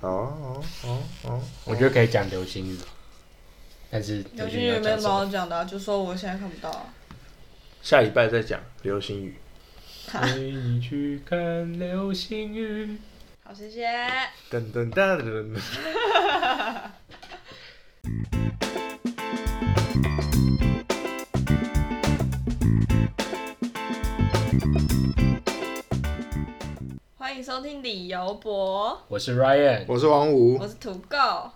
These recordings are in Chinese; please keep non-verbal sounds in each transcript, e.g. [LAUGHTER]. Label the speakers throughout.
Speaker 1: 哦哦哦
Speaker 2: 我觉得可以讲流星雨，但是
Speaker 3: 刘
Speaker 2: 流
Speaker 3: 星
Speaker 2: 星
Speaker 3: 宇
Speaker 2: 雨
Speaker 3: 没有
Speaker 2: 讲
Speaker 3: 帮
Speaker 2: 什么
Speaker 3: 我讲的啊、就说我现在看不到、啊。
Speaker 1: 下礼拜再讲流星雨。
Speaker 2: 陪你去看流星雨。
Speaker 3: 好，谢谢。
Speaker 1: 噔噔噔噔噔。
Speaker 3: 欢迎收听理由博，
Speaker 2: 我是 Ryan，
Speaker 1: 我是王五
Speaker 3: 我，是土狗。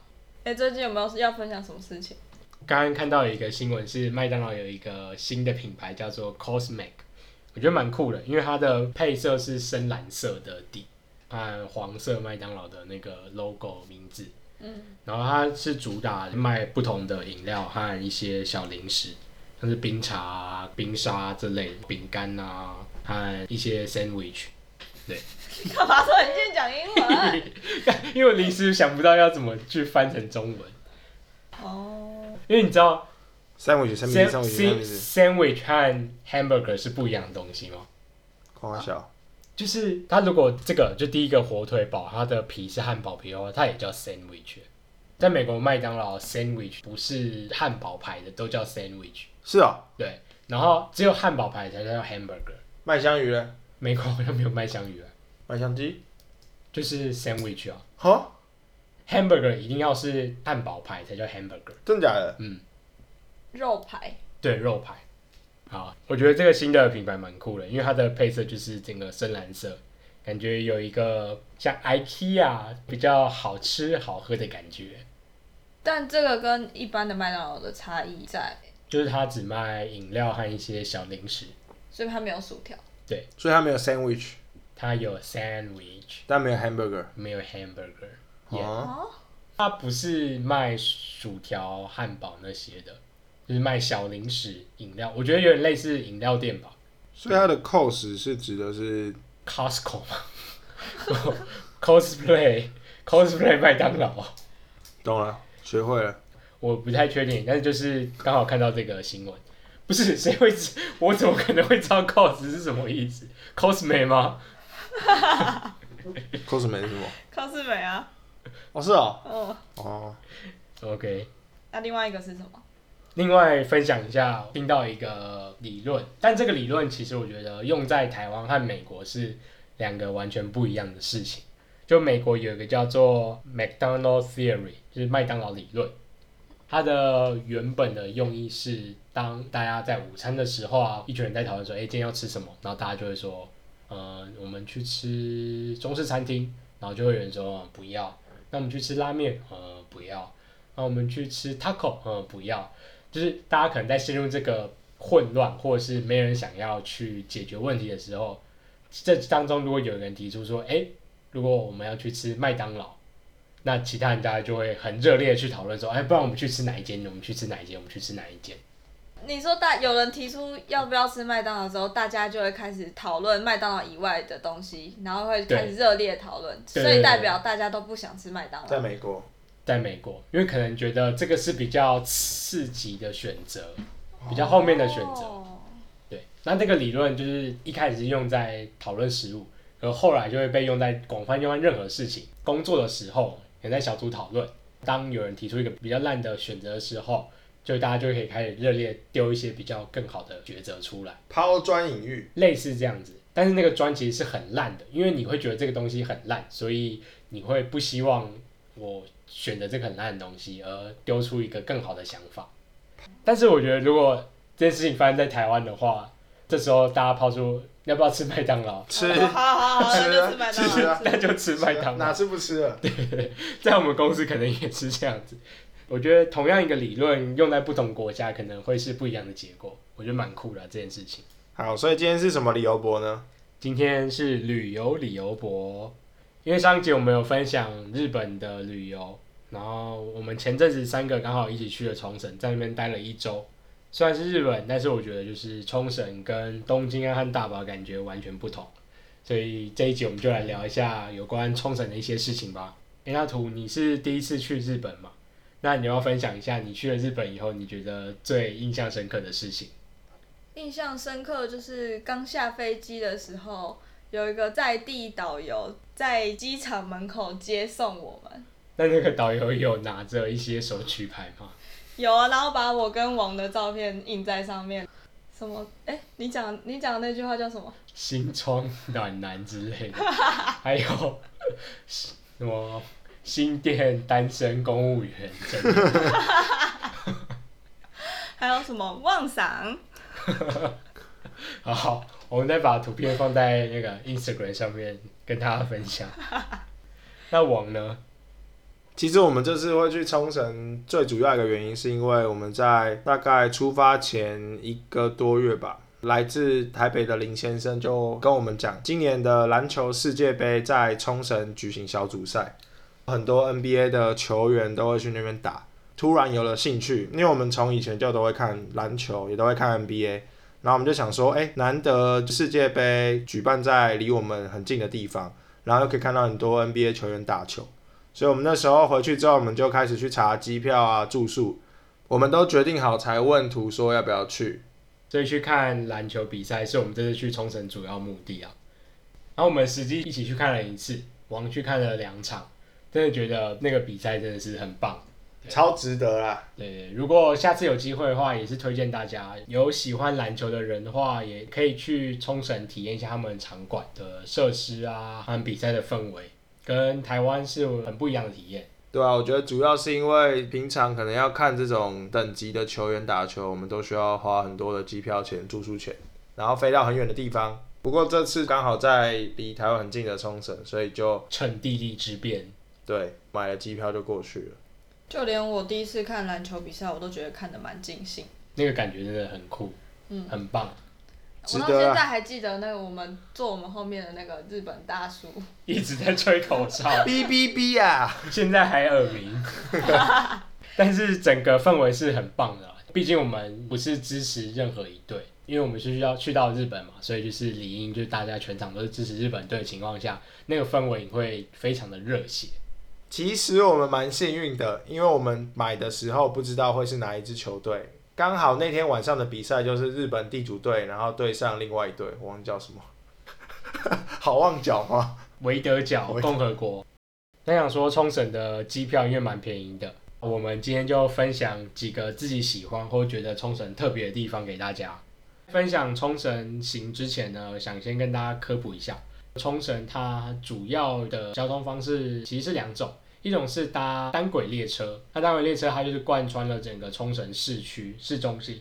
Speaker 3: 哎，最近有没有要分享什么事情？ [LAUGHS]
Speaker 2: 刚刚看到一个新闻是麦当劳有一个新的品牌叫做 Cosmic，我觉得蛮酷的，因为它的配色是深蓝色的底，和黄色麦当劳的那个 logo 名字。
Speaker 3: 嗯，
Speaker 2: 然后它是主打卖不同的饮料和一些小零食，像是冰茶、啊、冰沙、这类饼干啊，和一些 sandwich。
Speaker 3: 你干嘛突然间讲英文？
Speaker 2: 因为我临时想不到要怎么去翻成中文，
Speaker 3: 哦，
Speaker 2: 因为你知道
Speaker 1: 三文鱼，三明治，三
Speaker 2: san-
Speaker 1: 文鱼，三明
Speaker 2: san-
Speaker 1: 治，
Speaker 2: sandwich 和 hamburger 是不一样的东西吗？
Speaker 1: 开玩笑。
Speaker 2: 就是它如果这个就第一个火腿堡，它的皮是汉堡皮的话，它也叫 sandwich。在美国麦当劳 sandwich 不是汉堡牌的都叫 sandwich，
Speaker 1: 是哦，
Speaker 2: 对，然后只有汉堡牌才叫 hamburger。
Speaker 1: 麦香鱼嘞，
Speaker 2: 美国好像没有麦香鱼啊，
Speaker 1: 麦香鸡。
Speaker 2: 就是 sandwich 啊
Speaker 1: 哈，
Speaker 2: ，hamburger 一定要是汉堡牌才叫 hamburger。
Speaker 1: 真假的？
Speaker 2: 嗯，
Speaker 3: 肉排。
Speaker 2: 对，肉排。好，我觉得这个新的品牌蛮酷的，因为它的配色就是整个深蓝色，感觉有一个像 IKEA 比较好吃好喝的感觉。
Speaker 3: 但这个跟一般的麦当劳的差异在，
Speaker 2: 就是它只卖饮料和一些小零食，
Speaker 3: 所以它没有薯条。
Speaker 1: 所以它没有 sandwich，
Speaker 2: 它有 sandwich，
Speaker 1: 但没有 hamburger。
Speaker 2: 没有 hamburger。
Speaker 1: 哦，
Speaker 2: Yeah
Speaker 3: 哦，
Speaker 2: 它不是卖薯条、汉堡那些的，就是卖小零食、饮料。我觉得有点类似饮料店吧
Speaker 1: 所以它的 cos 是指的是
Speaker 2: ，Costco [LAUGHS] 嘛，cosplay cosplay 麦当劳。
Speaker 1: 懂了，学会了。
Speaker 2: 我不太确定，但是就是刚好看到这个新闻，不是谁会知？我怎么可能会知道 cos 是什么意思？cosplay 吗？
Speaker 1: cos 没是什么？
Speaker 3: 康斯美啊。
Speaker 1: 哦，是哦。
Speaker 3: 哦，
Speaker 1: 哦，
Speaker 2: OK，
Speaker 3: 那、另外一个是什么？
Speaker 2: 另外分享一下，听到一个理论，但这个理论其实我觉得用在台湾和美国是两个完全不一样的事情。就美国有一个叫做 McDonald Theory，就是麦当劳理论，它的原本的用意是，当大家在午餐的时候啊，一群人在讨论说，哎、今天要吃什么，然后大家就会说，呃，我们去吃中式餐厅，然后就会有人说、呃不要，那我们去吃拉面，呃，不要，那我们去吃 taco，呃，不要。就是大家可能在陷入这个混乱，或者是没人想要去解决问题的时候，这当中如果有人提出说，诶，如果我们要去吃麦当劳，那其他人大家就会很热烈的去讨论说，哎、不然我们去吃哪一间？我们去吃哪一间？我们去吃哪一间？
Speaker 3: 你说大有人提出要不要吃麦当劳之后，大家就会开始讨论麦当劳以外的东西，然后会开始热烈讨论，
Speaker 2: 对对
Speaker 3: 所
Speaker 2: 对
Speaker 3: 以代表大家都不想吃麦当
Speaker 1: 在
Speaker 3: 劳。
Speaker 1: 美国。
Speaker 2: 在美国，因为可能觉得这个是比较刺激的选择，比较后面的选择。
Speaker 3: 哦
Speaker 2: 对，那这个理论就是一开始是用在讨论食物，而后来就会被用在广泛用在任何事情。工作的时候也在小组讨论，当有人提出一个比较烂的选择的时候，就大家就可以开始热烈丢一些比较更好的抉择出来，
Speaker 1: 抛砖引玉。
Speaker 2: 类似这样子。但是那个砖其实是很烂的，因为你会觉得这个东西很烂，所以你会不希望我选择这个很烂的东西，而丢出一个更好的想法。但是我觉得，如果这件事情发生在台湾的话，这时候大家抛出要不要吃麦当劳，
Speaker 1: 吃
Speaker 3: 好好好，好那就吃麦
Speaker 1: 吃
Speaker 3: 当
Speaker 1: 啊
Speaker 3: 劳
Speaker 2: 那。就吃麦当
Speaker 1: 哪
Speaker 2: 劳。
Speaker 1: 次不吃了？
Speaker 2: 在我们公司可能也是这样子。我觉得同样一个理论用在不同国家，可能会是不一样的结果。我觉得蛮酷的啊、这件事情。
Speaker 1: 好，所以今天是什么理由博呢？
Speaker 2: 今天是旅游旅游博，因为上一集我们有分享日本的旅游，然后我们前阵子三个刚好一起去了冲绳，在那边待了一周。虽然是日本，但是我觉得就是冲绳跟东京啊和大阪感觉完全不同，所以这一集我们就来聊一下有关冲绳的一些事情吧。诶，那图你是第一次去日本嘛？那你要不要分享一下你去了日本以后，你觉得最印象深刻的事情？
Speaker 3: 印象深刻就是刚下飞机的时候，有一个在地导游在机场门口接送我们。
Speaker 2: 那那个导游有拿着一些手取牌吗？
Speaker 3: 有啊，然后把我跟王的照片印在上面。什么？哎、你讲你讲的那句话叫什么？
Speaker 2: 心窗暖男之类的， [LAUGHS] 还有什么新店单身公务员真的
Speaker 3: 还有什么妄想？
Speaker 2: 好好，我们再把图片放在那个 Instagram 上面跟大家分享。 [LAUGHS] 那网呢？
Speaker 1: 其实我们这次会去冲绳，最主要一个原因是因为我们在大概出发前一个多月吧，来自台北的林先生就跟我们讲，今年的篮球世界杯在冲绳举行小组赛，很多 NBA 的球员都会去那边打。突然有了兴趣，因为我们从以前就都会看篮球，也都会看 NBA，然后我们就想说，哎、难得世界杯举办在离我们很近的地方，然后又可以看到很多 NBA 球员打球。所以我们那时候回去之后，我们就开始去查机票啊、住宿，我们都决定好才问图说要不要去。
Speaker 2: 所以去看篮球比赛是我们这次去冲绳主要目的啊。然后我们实际一起去看了一次，王去看了两场，真的觉得那个比赛真的是很棒。
Speaker 1: 超值得啦！
Speaker 2: 对，如果下次有机会的话，也是推荐大家有喜欢篮球的人的话，也可以去冲绳体验一下他们场馆的设施啊，他们比赛的氛围，跟台湾是很不一样的体验。
Speaker 1: 对啊，我觉得主要是因为平常可能要看这种等级的球员打球，我们都需要花很多的机票钱、住宿钱，然后飞到很远的地方。不过这次刚好在离台湾很近的冲绳，所以就
Speaker 2: 趁地利之便，
Speaker 1: 对买了机票就过去了。
Speaker 3: 就连我第一次看篮球比赛，我都觉得看得蛮尽兴。
Speaker 2: 那个感觉真的很酷，嗯，很棒，
Speaker 1: 值
Speaker 3: 我
Speaker 1: 得
Speaker 3: 到
Speaker 1: 啊
Speaker 3: 现在还记得那个我们坐我们后面的那个日本大叔，
Speaker 2: 一直在吹口哨。
Speaker 1: 哔哔哔啊！
Speaker 2: [LAUGHS] 现在还耳鸣，但是整个氛围是很棒的啦。啊毕竟我们不是支持任何一队，因为我们是要去到日本嘛，所以就是理应就是大家全场都是支持日本队的情况下，那个氛围会非常的热血。
Speaker 1: 其实我们蛮幸运的，因为我们买的时候不知道会是哪一支球队，刚好那天晚上的比赛就是日本地主队，然后对上另外一队，我忘记叫什么， [LAUGHS] 好望角吗？
Speaker 2: 维德角
Speaker 1: 维德
Speaker 2: 共和国。那想说冲绳的机票因为蛮便宜的，我们今天就分享几个自己喜欢或觉得冲绳特别的地方给大家。分享冲绳行之前呢，想先跟大家科普一下，冲绳它主要的交通方式其实是两种，一种是搭单轨列车，那单轨列车它就是贯穿了整个冲绳市区市中心。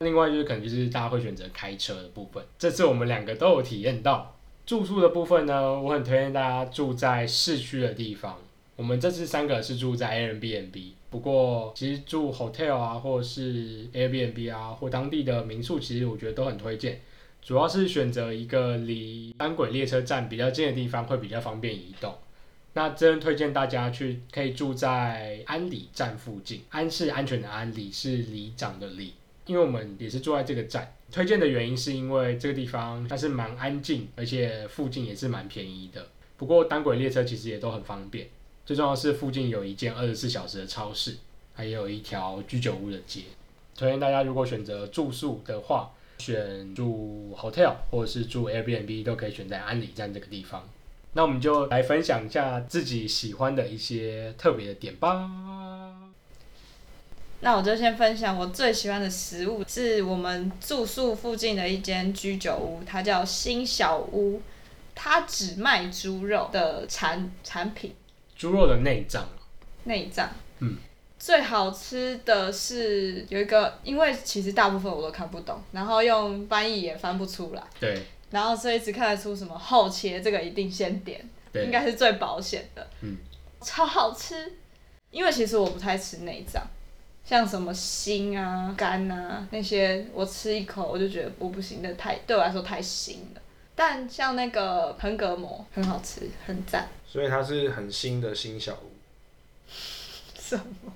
Speaker 2: 另外就是可能就是大家会选择开车的部分，这次我们两个都有体验到。住宿的部分呢，我很推荐大家住在市区的地方。我们这次三个是住在 Airbnb，不过其实住 hotel 啊，或者是 Airbnb 啊，或当地的民宿，其实我觉得都很推荐。主要是选择一个离单轨列车站比较近的地方，会比较方便移动。那真的推荐大家去，可以住在安里站附近。安是安全的安，里是里长的里。因为我们也是住在这个站，推荐的原因是因为这个地方它是蛮安静，而且附近也是蛮便宜的。不过单轨列车其实也都很方便，最重要的是附近有一间二十四小时的超市，还有一条居酒屋的街。推荐大家如果选择住宿的话，选住 hotel 或者是住 Airbnb 都可以选在安里站这个地方。那我们就来分享一下自己喜欢的一些特别的点吧。
Speaker 3: 那我就先分享我最喜欢的食物，是我们住宿附近的一间居酒屋，它叫新小屋，它只卖猪肉的产产品
Speaker 2: 猪肉的内脏
Speaker 3: 内脏。
Speaker 2: 嗯。
Speaker 3: 最好吃的是有一个，因为其实大部分我都看不懂，然后用翻译也翻不出来，
Speaker 2: 对
Speaker 3: 然后所以只看得出什么厚切这个一定先点。应
Speaker 2: 对，
Speaker 3: 该是最保险的。
Speaker 2: 嗯，
Speaker 3: 超好吃。因为其实我不太吃内脏，像什么心啊、肝啊那些，我吃一口我就觉得我不行，那太对我来说太腥了。但像那个横膈膜很好吃，很赞。 [LAUGHS]
Speaker 1: 所以它是很新的新小屋
Speaker 3: 什么？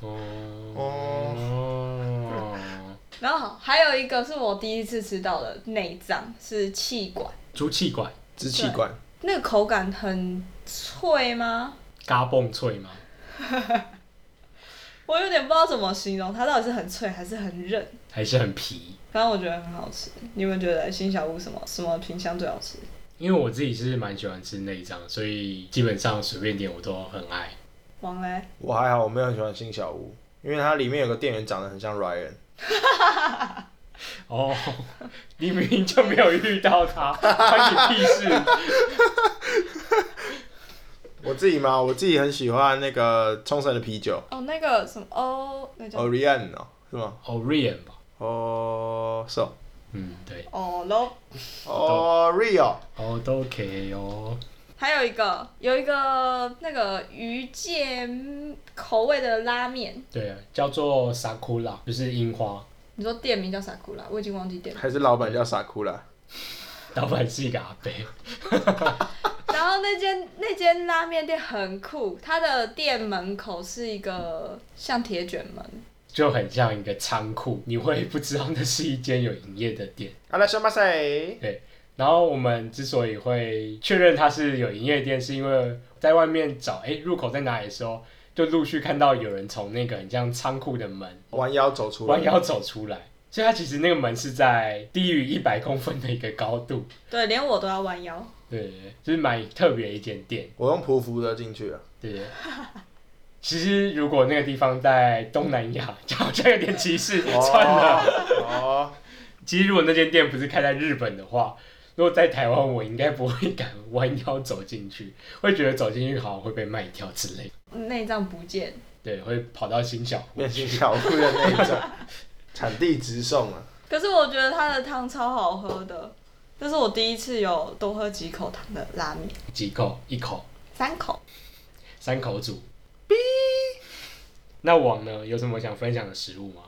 Speaker 2: 哦，
Speaker 3: 然后还有一个是我第一次吃到的内脏，是气管，
Speaker 2: 猪气管
Speaker 1: 支气管，
Speaker 3: 那个口感很脆吗？
Speaker 2: 嘎嘣脆吗？
Speaker 3: 我有点不知道怎么形容，它到底是很脆还是很韧。
Speaker 2: 还是很皮？
Speaker 3: 反正我觉得很好吃。你们觉得新小屋什么什么品相最好吃？
Speaker 2: 因为我自己是蛮喜欢吃内脏，所以基本上随便点我都很爱。
Speaker 3: 王嘞，
Speaker 1: 我还好，我没有很喜欢新小屋，因为它里面有个店员长得很像 Ryan，
Speaker 2: 哦，你明明就没有遇到他，关你屁事！
Speaker 1: 我自己嘛，我自己很喜欢那个冲绳的啤酒
Speaker 3: 哦，那个什么哦，那叫
Speaker 1: Orion 哦，是吗？
Speaker 2: [LAUGHS] 哦，Rian 吧，
Speaker 1: 哦，是哦
Speaker 2: 嗯，对，
Speaker 3: 哦喽，
Speaker 1: 哦，Rio
Speaker 2: 哦，都 OK 哦。
Speaker 3: 还有一个有一个那个鱼介口味的拉面，
Speaker 2: 对啊，叫做 sakura，就是樱花。
Speaker 3: 你说店名叫啥库拉？我已经忘记店名。
Speaker 1: 还是老板叫傻哭啦，
Speaker 2: 老板是一个阿伯，
Speaker 3: 然后那间那间拉面店很酷，它的店门口是一个像铁卷门，
Speaker 2: 就很像一个仓库，你会不知道那是一间有营业的店。
Speaker 1: 阿拉小马塞，
Speaker 2: 然后我们之所以会确认它是有营业店，是因为在外面找哎入口在哪里的时候，就陆续看到有人从那个很像仓库的门
Speaker 1: 弯腰走出
Speaker 2: 哦弯
Speaker 1: 来，
Speaker 2: 腰走出来，所以它其实那个门是在低于一百公分的一个高度。
Speaker 3: 对，连我都要弯腰。
Speaker 2: 对对对，就是蛮特别的一间店。
Speaker 1: 我用匍匐的进去
Speaker 2: [LAUGHS]
Speaker 1: 了，
Speaker 2: 对对对其实如果那个地方在东南亚， [LAUGHS] 就好像有点歧视，
Speaker 1: 哦
Speaker 2: 算了。
Speaker 1: 哦，
Speaker 2: 其实如果那间店不是开在日本的话，如果在台湾，我应该不会敢弯腰走进去，会觉得走进去好像会被卖掉之类的。
Speaker 3: 内脏不见，
Speaker 2: 对，会跑到新小
Speaker 1: 面新小屋的那一种，产地直送啊，
Speaker 3: 可是我觉得它的汤超好喝的，这是我第一次有多喝几口汤的拉面，
Speaker 2: 几口，一口，
Speaker 3: 三口。
Speaker 2: 三口煮。那网呢？有什么想分享的食物吗？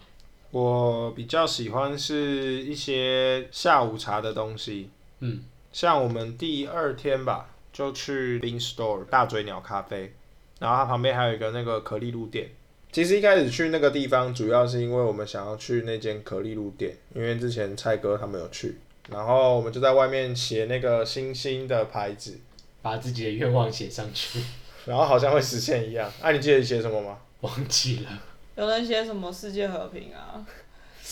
Speaker 1: 我比较喜欢是一些下午茶的东西，
Speaker 2: 嗯，
Speaker 1: 像我们第二天吧，就去 Bean Store 大嘴鸟咖啡，然后它旁边还有一个那个可丽露店。其实一开始去那个地方，主要是因为我们想要去那间可丽露店，因为之前蔡哥他们有去，然后我们就在外面写那个星星的牌子，
Speaker 2: 把自己的愿望写上去，
Speaker 1: 然后好像会实现一样。哎、你记得你写什么吗？
Speaker 2: 忘记了。
Speaker 3: 有那些什么世界和平啊，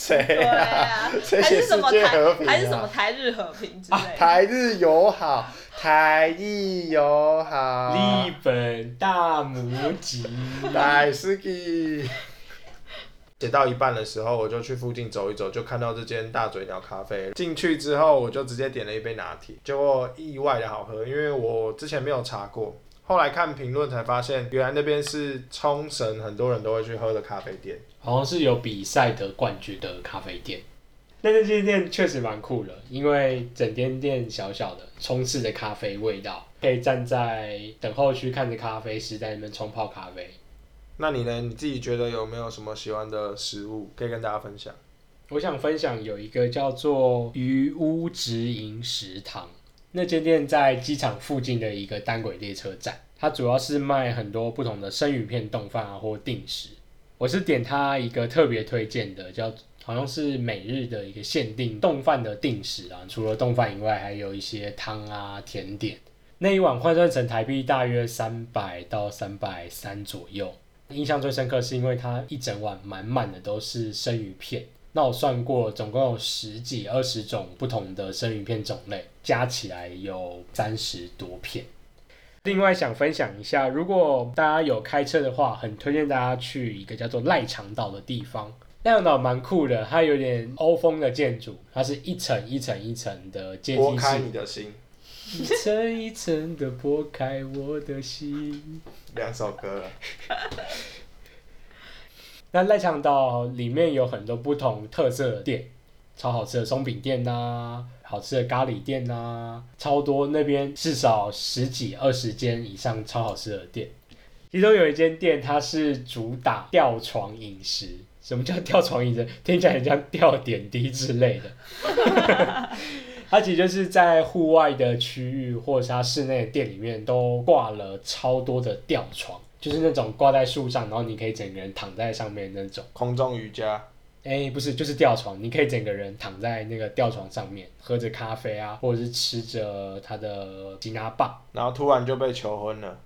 Speaker 3: 对
Speaker 1: 谁啊？
Speaker 3: 啊，
Speaker 1: 谁
Speaker 3: 还
Speaker 1: 写
Speaker 3: 是
Speaker 1: 世
Speaker 3: 什么
Speaker 1: 界
Speaker 3: 台、
Speaker 1: 和平、啊？
Speaker 3: 还是什么台日和平之类的。
Speaker 1: 啊台日友 [LAUGHS] 好，台日友好啊
Speaker 2: 日，本大拇指，
Speaker 1: 台斯基。 [LAUGHS] 写到一半的时候，我就去附近走一走，就看到这间大嘴鸟咖啡。进去之后，我就直接点了一杯拿铁，结果意外的好喝，因为我之前没有查过。后来看评论才发现，原来那边是冲绳很多人都会去喝的咖啡店。
Speaker 2: 好像是有比赛得冠军的咖啡店。那那间店确实蛮酷的，因为整间店小小的，充斥着咖啡味道，可以站在等候区看着咖啡师在那边冲泡咖啡。
Speaker 1: 那你呢？你自己觉得有没有什么喜欢的食物可以跟大家分享？
Speaker 2: 我想分享有一个叫做鱼屋直营食堂，那间店在机场附近的一个单轨列车站，它主要是卖很多不同的生鱼片冻饭啊或定食。我是点它一个特别推荐的，叫好像是每日的一个限定冻饭的定食啊，除了冻饭以外，还有一些汤啊甜点。那一碗换算成台币大约三百到三百三左右。印象最深刻是因为它一整碗满满的都是生鱼片。那我算过，总共有十几、二十种不同的生鱼片种类，加起来有三十多片。另外想分享一下，如果大家有开车的话，很推荐大家去一个叫做赖长岛的地方。赖长岛蛮酷的，它有点欧风的建筑，它是一层一层一层的阶
Speaker 1: 拨
Speaker 2: 梯式
Speaker 1: 开你的心，
Speaker 2: 一层一层的拨开我的心。
Speaker 1: 两首歌了。
Speaker 2: 那赖强岛里面有很多不同特色的店，超好吃的松饼店呐、好吃的咖喱店呐、超多那边至少十几二十间以上超好吃的店。其中有一间店，它是主打吊床饮食。什么叫吊床饮食？听起来很像吊点滴之类的。它其实就是在户外的区域，或者是它室内的店里面，都挂了超多的吊床，就是那种挂在树上，然后你可以整个人躺在上面那种。
Speaker 1: 空中瑜伽。
Speaker 2: 哎，不是，就是吊床，你可以整个人躺在那个吊床上面，喝着咖啡啊，或者是吃着它的吉拿棒，
Speaker 1: 然后突然就被求婚了。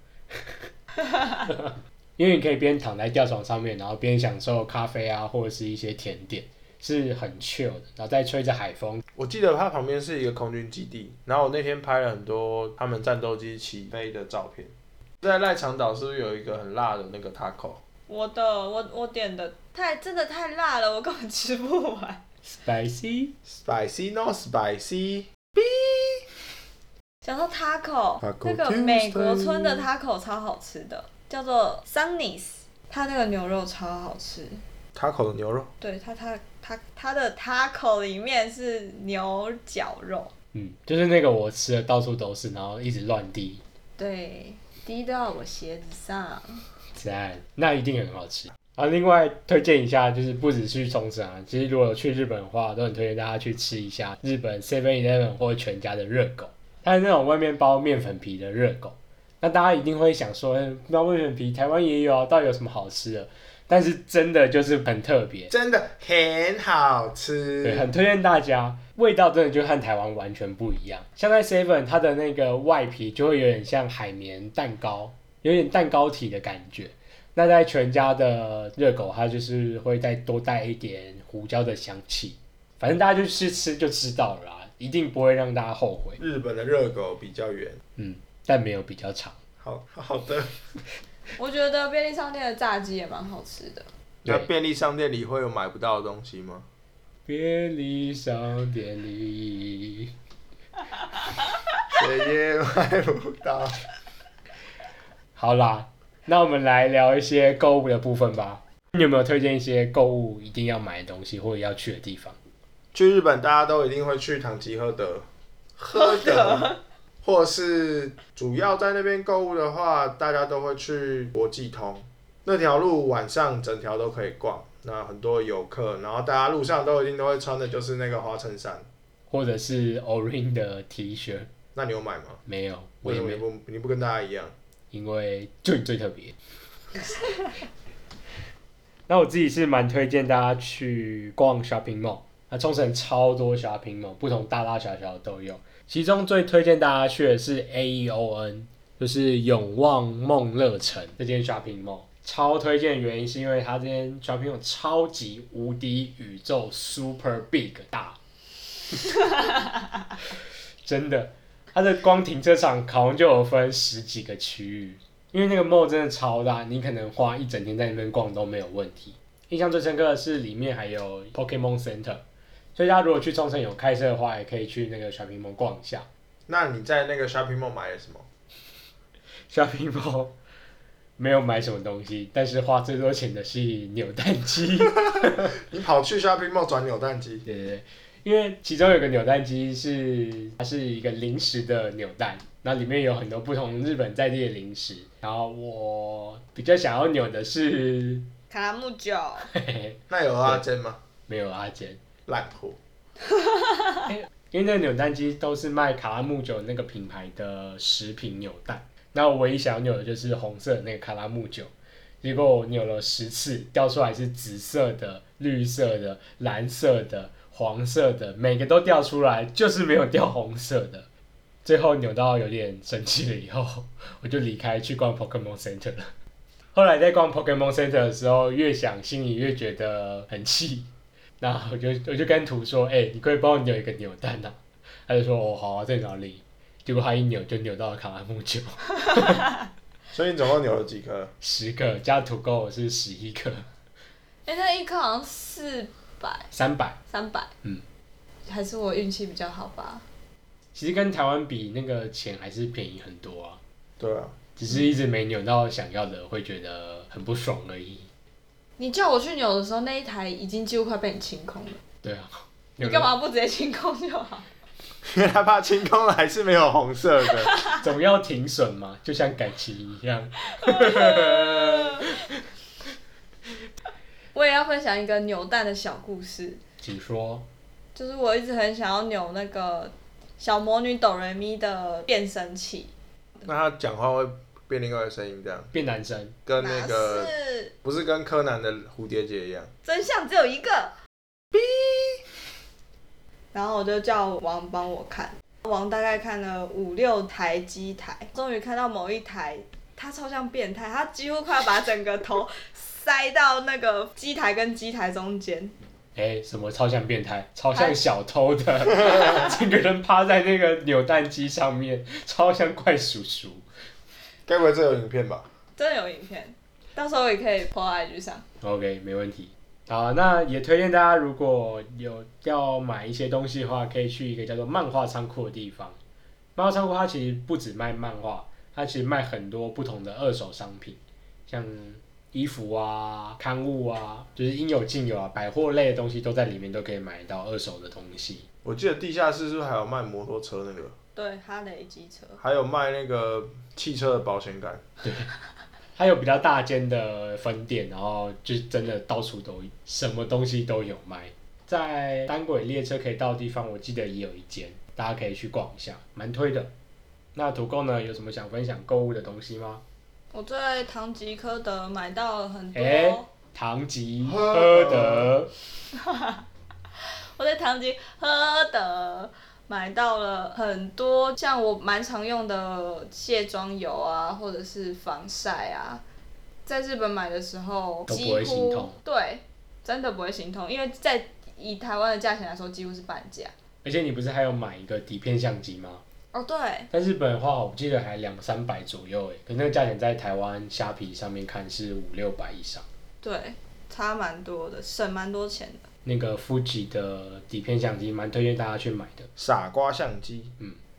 Speaker 2: 因为你可以边躺在吊床上面，然后边享受咖啡啊，或者是一些甜点，是很 chill 的，然后再吹着海风，
Speaker 1: 我记得它旁边是一个空军基地，然后我那天拍了很多他们战斗机起飞的照片。在赖长岛是不是有一个很辣的那个 taco？
Speaker 3: 我的我我点的太真的太辣了，我根本吃不完。 [LAUGHS]
Speaker 2: spicy
Speaker 1: Spicy no spicy，
Speaker 3: 讲到 taco，
Speaker 1: Taco
Speaker 3: 那个
Speaker 1: Tuesday
Speaker 3: 美国村的 taco 超好吃的，叫做 Sunny's，它那个牛肉超好吃。
Speaker 1: 塔口的牛肉，
Speaker 3: 对，它它它它的 taco 里面是牛绞肉，
Speaker 2: 嗯，就是那个我吃的到处都是，然后一直乱滴，
Speaker 3: 对，滴到我鞋子上。
Speaker 2: 赞，那一定很好吃。啊，另外推荐一下，就是不只是去冲绳啊，其实如果有去日本的话，都很推荐大家去吃一下日本 Seven Eleven 或全家的热狗，它是那种外面包面粉皮的热狗。那大家一定会想说，嗯包面粉皮台湾也有啊，到底有什么好吃的？但是真的就是很特别，
Speaker 1: 真的很好
Speaker 2: 对，
Speaker 1: 吃。
Speaker 2: 很推荐大家，味道真的就和台湾完全不一样。像在 Seven，它的那个外皮就会有点像海绵蛋糕，有点蛋糕体的感觉。那在全家的热狗，它就是会再多带一点胡椒的香气。反正大家就去吃就知道了啦，一定不会让大家后悔。
Speaker 1: 日本的热狗比较圆，
Speaker 2: 嗯，但没有比较长。
Speaker 1: 好好的。
Speaker 3: 我觉得便利商店的炸鸡也蛮好吃的，
Speaker 1: 那
Speaker 2: 对
Speaker 1: 便利商店里会有买不到的东西吗？
Speaker 2: 便利商店里，
Speaker 1: 爷爷买不到。
Speaker 2: 好啦，那我们来聊一些购物的部分吧。你有没有推荐一些购物一定要买的东西或者要去的地方？
Speaker 1: 去日本大家都一定会去唐吉诃德，喝的， [LAUGHS] 或是主要在那边购物的话，大家都会去国际通那条路，晚上整条都可以逛。那很多游客，然后大家路上都一定都会穿的就是那个花衬衫。
Speaker 2: 或者是 Orin 的 T 恤？
Speaker 1: 那你有买吗？
Speaker 2: 没有，我
Speaker 1: 为什么你
Speaker 2: 也没有，
Speaker 1: 不你不跟大家一样？
Speaker 2: 因为就你最特别。那我自己是蛮推荐大家去逛 shopping mall，那冲绳超多 shopping mall，不同大大小小的都有。其中最推荐大家去的是 A E O N，就是永旺梦乐城这间 shopping mall，超推荐的原因是因为它这间 shopping mall 超级无敌宇宙 super big 大， [LAUGHS] 真的，它的光停车场好像就有分十几个区域，因为那个 mall 真的超大，你可能花一整天在那边逛都没有问题。印象最深刻的是里面还有 Pokemon Center，所以大家如果去冲绳有开车的话，也可以去那个 shopping mall 逛一下。
Speaker 1: 那你在那个 shopping mall 买了什么？
Speaker 2: shopping mall 没有买什么东西，但是花最多钱的是扭蛋机。
Speaker 1: 你跑去 shopping mall 转扭蛋机，
Speaker 2: 对对对，因为其中有个扭蛋机是它是一个零食的扭蛋，那里面有很多不同日本在地的零食。然后我比较想要扭的是 [LAUGHS]
Speaker 3: 卡拉木酒，
Speaker 1: 那有阿珍吗？
Speaker 2: 没有啊阿坚，
Speaker 1: 烂货。
Speaker 2: 因为那个扭蛋机都是卖卡拉木酒那个品牌的食品扭蛋，那我唯一想要扭的就是红色的那个卡拉木酒，结果我扭了十次，掉出来是紫色的、绿色的、蓝色的、黄色的，每个都掉出来，就是没有掉红色的。最后扭到有点生气了以后， [LAUGHS] 我就离开去逛 Pokemon Center 了。后来在逛 Pokemon Center 的时候，越想心里越觉得很气，那我就我就跟图说，哎、你可以帮我扭一个扭蛋啊？他就说，哦，好啊，在哪里？结果他一扭就扭到了卡拉木酒，
Speaker 1: 所以你总共扭了几颗？
Speaker 2: 十个加土狗是十一个，
Speaker 3: 哎、那一颗好像四百
Speaker 2: 三百。
Speaker 3: 三百，
Speaker 2: 嗯，
Speaker 3: 还是我运气比较好吧。
Speaker 2: 其实跟台湾比，那个钱还是便宜很多啊，
Speaker 1: 对啊，
Speaker 2: 只是一直没扭到想要的，会觉得很不爽而已。
Speaker 3: 你叫我去扭的时候，那一台已经几乎快被你清空了。
Speaker 2: 对啊，
Speaker 3: 你干嘛不直接清空就
Speaker 1: [LAUGHS]
Speaker 3: 好？
Speaker 1: [LAUGHS] 因为他怕清空了还是没有红色的。
Speaker 2: 总要停损嘛，就像感情一样。
Speaker 3: 我也要分享一个扭蛋的小故事，
Speaker 2: 请说，
Speaker 3: 就是我一直很想要扭那个小魔女哆瑞咪的变声器，
Speaker 1: 那他讲话会变另外的声音，这样
Speaker 2: 变男生，
Speaker 1: 跟那
Speaker 3: 哪
Speaker 1: 个
Speaker 3: 是
Speaker 1: 不是跟柯南的蝴蝶结一样，
Speaker 3: 真相只有一个，然后我就叫王帮我看，王大概看了五六台机台，终于看到某一台，他超像变态，他几乎快要把整个头塞到那个机台跟机台中间，
Speaker 2: 哎、什么超像变态，超像小偷的，整个人趴在那个扭蛋机上面，超像怪叔叔。
Speaker 1: 该不会这有影片吧？
Speaker 3: 真的有影片，到时候也可以 po 到 IG 上。
Speaker 2: OK，没问题。好，那也推荐大家，如果有要买一些东西的话，可以去一个叫做漫画仓库的地方。漫画仓库它其实不只卖漫画，它其实卖很多不同的二手商品，像衣服啊、刊物啊，就是应有尽有啊，百货类的东西都在里面都可以买到二手的东西。
Speaker 1: 我记得地下室是不是还有卖摩托车那个，
Speaker 3: 对，哈雷机车，
Speaker 1: 还有卖那个汽车的保险杆？
Speaker 2: 它有比较大间的分店，然后就是真的到处都什么东西都有卖。在单轨列车可以到的地方，我记得也有一间，大家可以去逛一下，蛮推的。那土狗呢，有什么想分享购物的东西吗？
Speaker 3: 我在唐吉诃德买到了很多，
Speaker 2: 哎唐吉诃德，
Speaker 3: 我在唐吉诃德买到了很多，像我蛮常用的卸妆油啊，或者是防晒啊，在日本买的时候
Speaker 2: 都
Speaker 3: 几
Speaker 2: 不会心
Speaker 3: 乎
Speaker 2: 痛
Speaker 3: 对，真的不会心痛，因为在以台湾的价钱来说，几乎是半价。
Speaker 2: 而且你不是还有买一个底片相机吗？
Speaker 3: 哦，对，
Speaker 2: 在日本的话，我记得还两三百左右诶，欸可那个价钱在台湾虾皮上面看是五六百以上。
Speaker 3: 对，差蛮多的，省蛮多钱的。
Speaker 2: 那个 Fuji 的底片相机蛮推荐大家去买的。
Speaker 1: 傻瓜相机。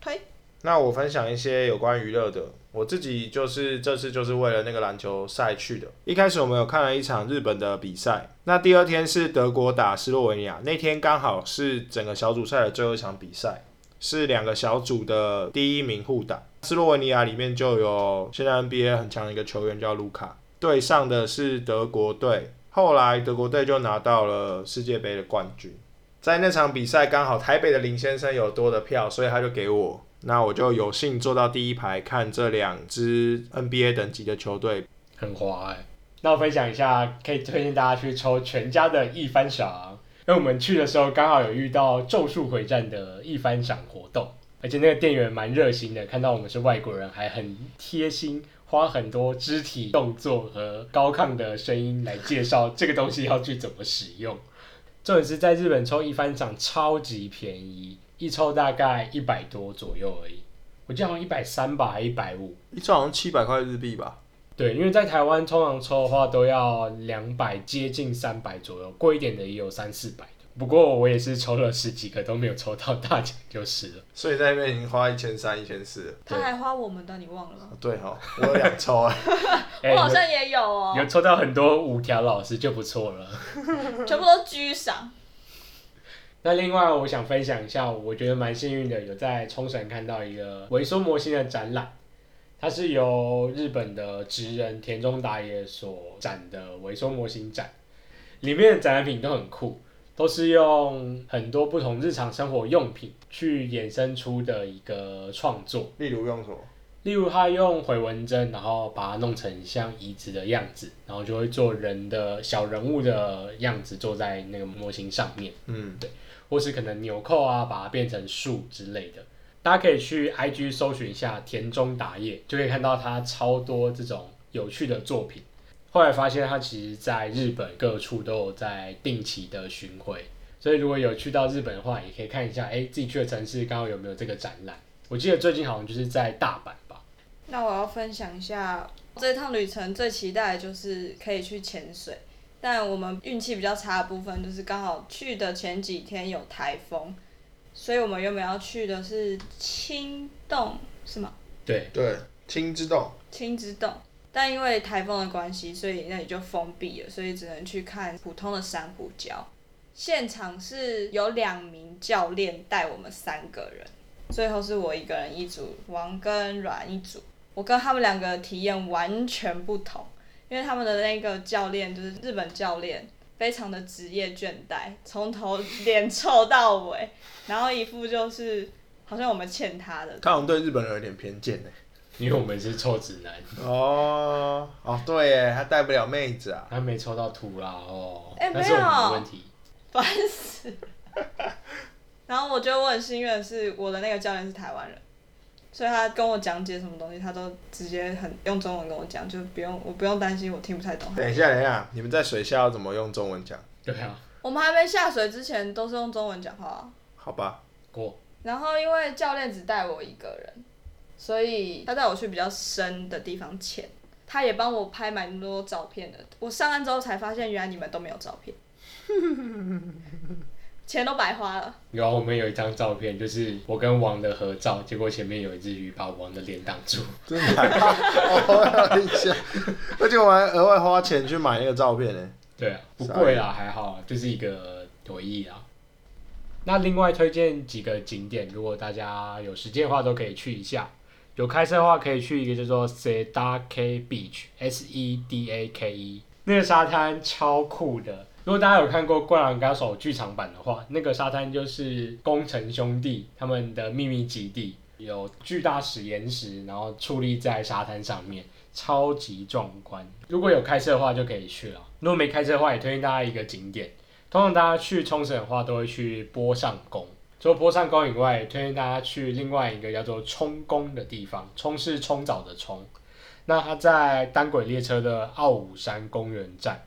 Speaker 3: 推
Speaker 1: 那我分享一些有关娱乐的，我自己就是这次就是为了那个篮球赛去的。一开始我们有看了一场日本的比赛，那第二天是德国打斯洛文尼亚，那天刚好是整个小组赛的最后一场比赛，是两个小组的第一名互打。斯洛文尼亚里面就有现在 NBA 很强的一个球员叫卢卡，对上的是德国队，后来德国队就拿到了世界杯的冠军。在那场比赛刚好台北的林先生有多的票，所以他就给我，那我就有幸坐到第一排看这两支 NBA 等级的球队。
Speaker 2: 很滑哎、那我分享一下，可以推荐大家去抽全家的一番赏，因为我们去的时候刚好有遇到《咒术回战》的一番赏活动，而且那个店员蛮热心的，看到我们是外国人，还很贴心，花很多肢体动作和高亢的声音来介绍这个东西要去怎么使用。重点是在日本抽一番赏超级便宜，一抽大概一百多左右而已，我记得好像一百三吧，还一百五。
Speaker 1: 一周好像七百块日币吧，
Speaker 2: 对，因为在台湾通常抽的话都要两百，接近三百左右，贵一点的也有三四百的。不过我也是抽了十几个都没有抽到大奖就是了。
Speaker 1: 所以在那边已经花一千三、一千四。
Speaker 3: 他
Speaker 2: 对
Speaker 3: 还花我们的，你忘了吗？
Speaker 1: 对哈、我有两抽啊。
Speaker 2: 哎
Speaker 3: 我好像也有哦
Speaker 2: [LAUGHS] 有，有抽到很多五条老师就不错了。
Speaker 3: 全部都居赏。
Speaker 2: 那另外我想分享一下，我觉得蛮幸运的，有在冲绳看到一个微缩模型的展览，它是由日本的职人田中达也所展的微缩模型展，里面的展览品都很酷，都是用很多不同日常生活用品去衍生出的一个创作。
Speaker 1: [LAUGHS] 例如用什么？
Speaker 2: 例如，他用回纹针，然后把它弄成像椅子的样子，然后就会做人的小人物的样子，坐在那个模型上面。
Speaker 1: 嗯，
Speaker 2: 或是可能纽扣啊，把它变成树之类的。大家可以去 IG 搜寻一下田中打叶，就可以看到他超多这种有趣的作品。后来发现他其实在日本各处都有在定期的巡回，所以如果有去到日本的话，也可以看一下，哎、自己去的城市刚好有没有这个展览。我记得最近好像就是在大阪吧。
Speaker 3: 那我要分享一下这趟旅程最期待的就是可以去潜水，但我们运气比较差的部分就是刚好去的前几天有台风，所以我们原本要去的是青洞是吗？
Speaker 2: 对，
Speaker 1: 对，青之洞。
Speaker 3: 青之洞，但因为台风的关系，所以那里就封闭了，所以只能去看普通的珊瑚礁。现场是有两名教练带我们三个人，最后是我一个人一组，王跟阮一组。我跟他们两个体验完全不同，因为他们的那个教练就是日本教练，非常的职业倦怠，从头脸臭到尾，然后一副就是好像我们欠他的
Speaker 1: 他好像对日本人有点偏见呢。
Speaker 2: 因为我们是臭直男，
Speaker 1: 哦哦，对耶，他带不了妹子啊。
Speaker 2: 他没抽到图啦哦，
Speaker 3: 哎
Speaker 2: 那是我们
Speaker 3: 没
Speaker 2: 的
Speaker 3: 有
Speaker 2: 问题。
Speaker 3: [LAUGHS] 烦死了。然后我觉得我很幸运的是，我的那个教练是台湾人，所以他跟我讲解什么东西，他都直接很用中文跟我讲，就不用我不用担心我听不太懂。
Speaker 1: 等一下，等一下，你们在水下要怎么用中文讲？
Speaker 2: 对啊，
Speaker 3: 我们还没下水之前都是用中文讲话啊、
Speaker 1: 好吧，
Speaker 2: 过
Speaker 3: 然后因为教练只带我一个人，所以他带我去比较深的地方潜，他也帮我拍蛮多照片的。我上岸之后才发现，原来你们都没有照片， [LAUGHS] 钱都白花了。
Speaker 2: 有啊，我们有一张照片，就是我跟王的合照，结果前面有一只鱼把王的脸挡住。
Speaker 1: 真 [LAUGHS] 的假的？我一下，而且我还额外花钱去买那个照片呢、欸
Speaker 2: 对啊，不贵啦，还好啊，就是一个回忆啊。那另外推荐几个景点，如果大家有时间的话，都可以去一下。有开车的话，可以去一个叫做 Sedake Beach（S E D A K E），那个沙滩超酷的。如果大家有看过《灌篮高手》剧场版的话，那个沙滩就是工程兄弟他们的秘密基地，有巨大石岩石，然后矗立在沙滩上面。超级壮观。如果有开车的话就可以去了，如果没开车的话，也推荐大家一个景点。通常大家去冲绳的话，都会去波上宫。除了波上宫以外，推荐大家去另外一个叫做冲宫的地方。冲是冲澡的冲，那它在单轨列车的奥武山公园站。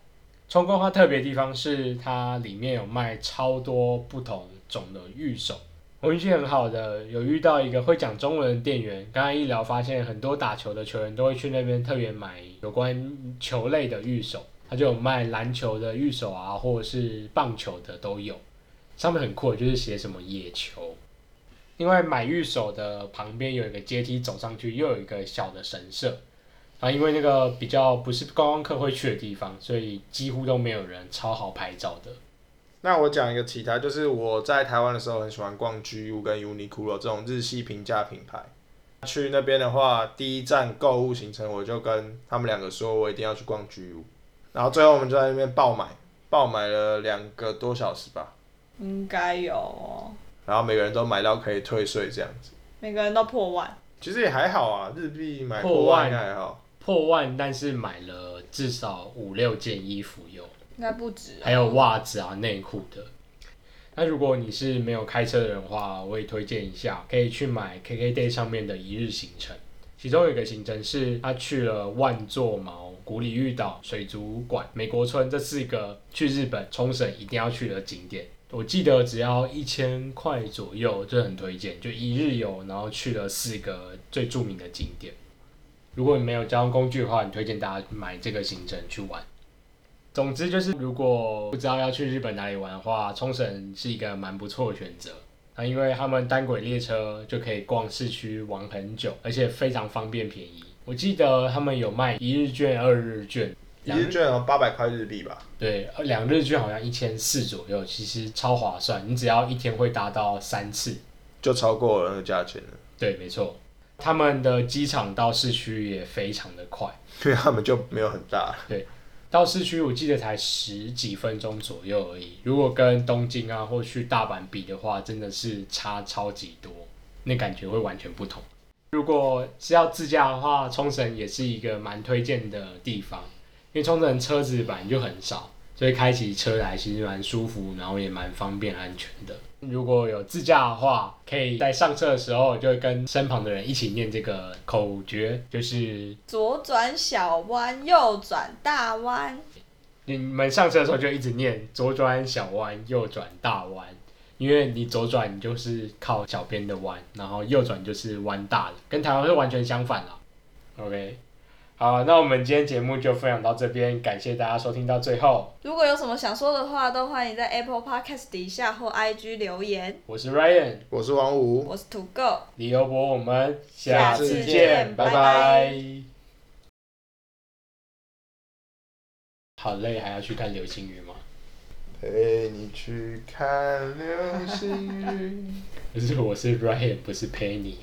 Speaker 2: 冲宫它特别的地方是它里面有卖超多不同种的玉手。我运气很好的，有遇到一个会讲中文的店员。刚刚一聊，发现很多打球的球员都会去那边特别买有关球类的玉手，他就有卖篮球的玉手啊，或者是棒球的都有。上面很酷，就是写什么野球。另外，买玉手的旁边有一个阶梯走上去，又有一个小的神社。啊，因为那个比较不是观光客会去的地方，所以几乎都没有人，超好拍照的。
Speaker 1: 那我讲一个其他，就是我在台湾的时候很喜欢逛 GU 跟 Uniqlo 这种日系平价品牌。去那边的话，第一站购物行程我就跟他们两个说，我一定要去逛 GU，然后最后我们就在那边爆买，爆买了两个多小时吧，
Speaker 3: 应该有、哦，
Speaker 1: 然后每个人都买到可以退税这样子。
Speaker 3: 每个人都破万，
Speaker 1: 其实也还好啊，日币买
Speaker 2: 破
Speaker 1: 破万
Speaker 2: 万
Speaker 1: 应该还好。
Speaker 2: 破万，但是买了至少五六件衣服有，
Speaker 3: 应该不止、哦。
Speaker 2: 还有袜子啊、内裤的。那如果你是没有开车的人的话，我也推荐一下，可以去买 KKday 上面的一日行程。其中有一个行程是他去了万座毛、古里玉岛、水族馆、美国村这四个去日本冲绳一定要去的景点。我记得只要一千块左右，这很推荐，就一日游，然后去了四个最著名的景点。如果你没有交通工具的话，很推荐大家买这个行程去玩。总之就是，如果不知道要去日本哪里玩的话，冲绳是一个蛮不错的选择。那因为他们单轨列车就可以逛市区玩很久，而且非常方便便宜。我记得他们有卖一日券、二日券，
Speaker 1: 一
Speaker 2: 两
Speaker 1: 日券好像八百块日币吧，
Speaker 2: 对，呃两日券好像一千四左右，其实超划算。你只要一天会搭到三次，
Speaker 1: 就超过了那个价钱了，
Speaker 2: 对，没错。他们的机场到市区也非常的快，
Speaker 1: 因为他们就没有很大。
Speaker 2: 到市区我记得才十几分钟左右而已。如果跟东京啊或去大阪比的话，真的是差超级多，那感觉会完全不同。如果是要自驾的话，冲绳也是一个蛮推荐的地方，因为冲绳车子本来就很少，所以开起车来其实蛮舒服，然后也蛮方便安全的。如果有自驾的话，可以在上车的时候就会跟身旁的人一起念这个口诀，就是
Speaker 3: 左转小弯，右转大弯，
Speaker 2: 你们上车的时候就一直念左转小弯，右转大弯，因为你左转你就是靠小边的弯，然后右转就是弯大的，跟台湾是完全相反啦。OK，好，那我们今天节目就分享到这边，感谢大家收听到最后，
Speaker 3: 如果有什么想说的话，都欢迎在 Apple Podcast 底下或 IG 留言。
Speaker 2: 我是 Ryan
Speaker 1: 我是王五，
Speaker 3: 我是土狗，
Speaker 2: 李游博，我们
Speaker 3: 下
Speaker 1: 次
Speaker 2: 次
Speaker 1: 见
Speaker 2: 见，拜
Speaker 3: 拜拜
Speaker 2: 好累，还要去看流星雨吗？
Speaker 1: 陪你去看流星雨。
Speaker 2: 不是，我是 Ryan，不是 Penny。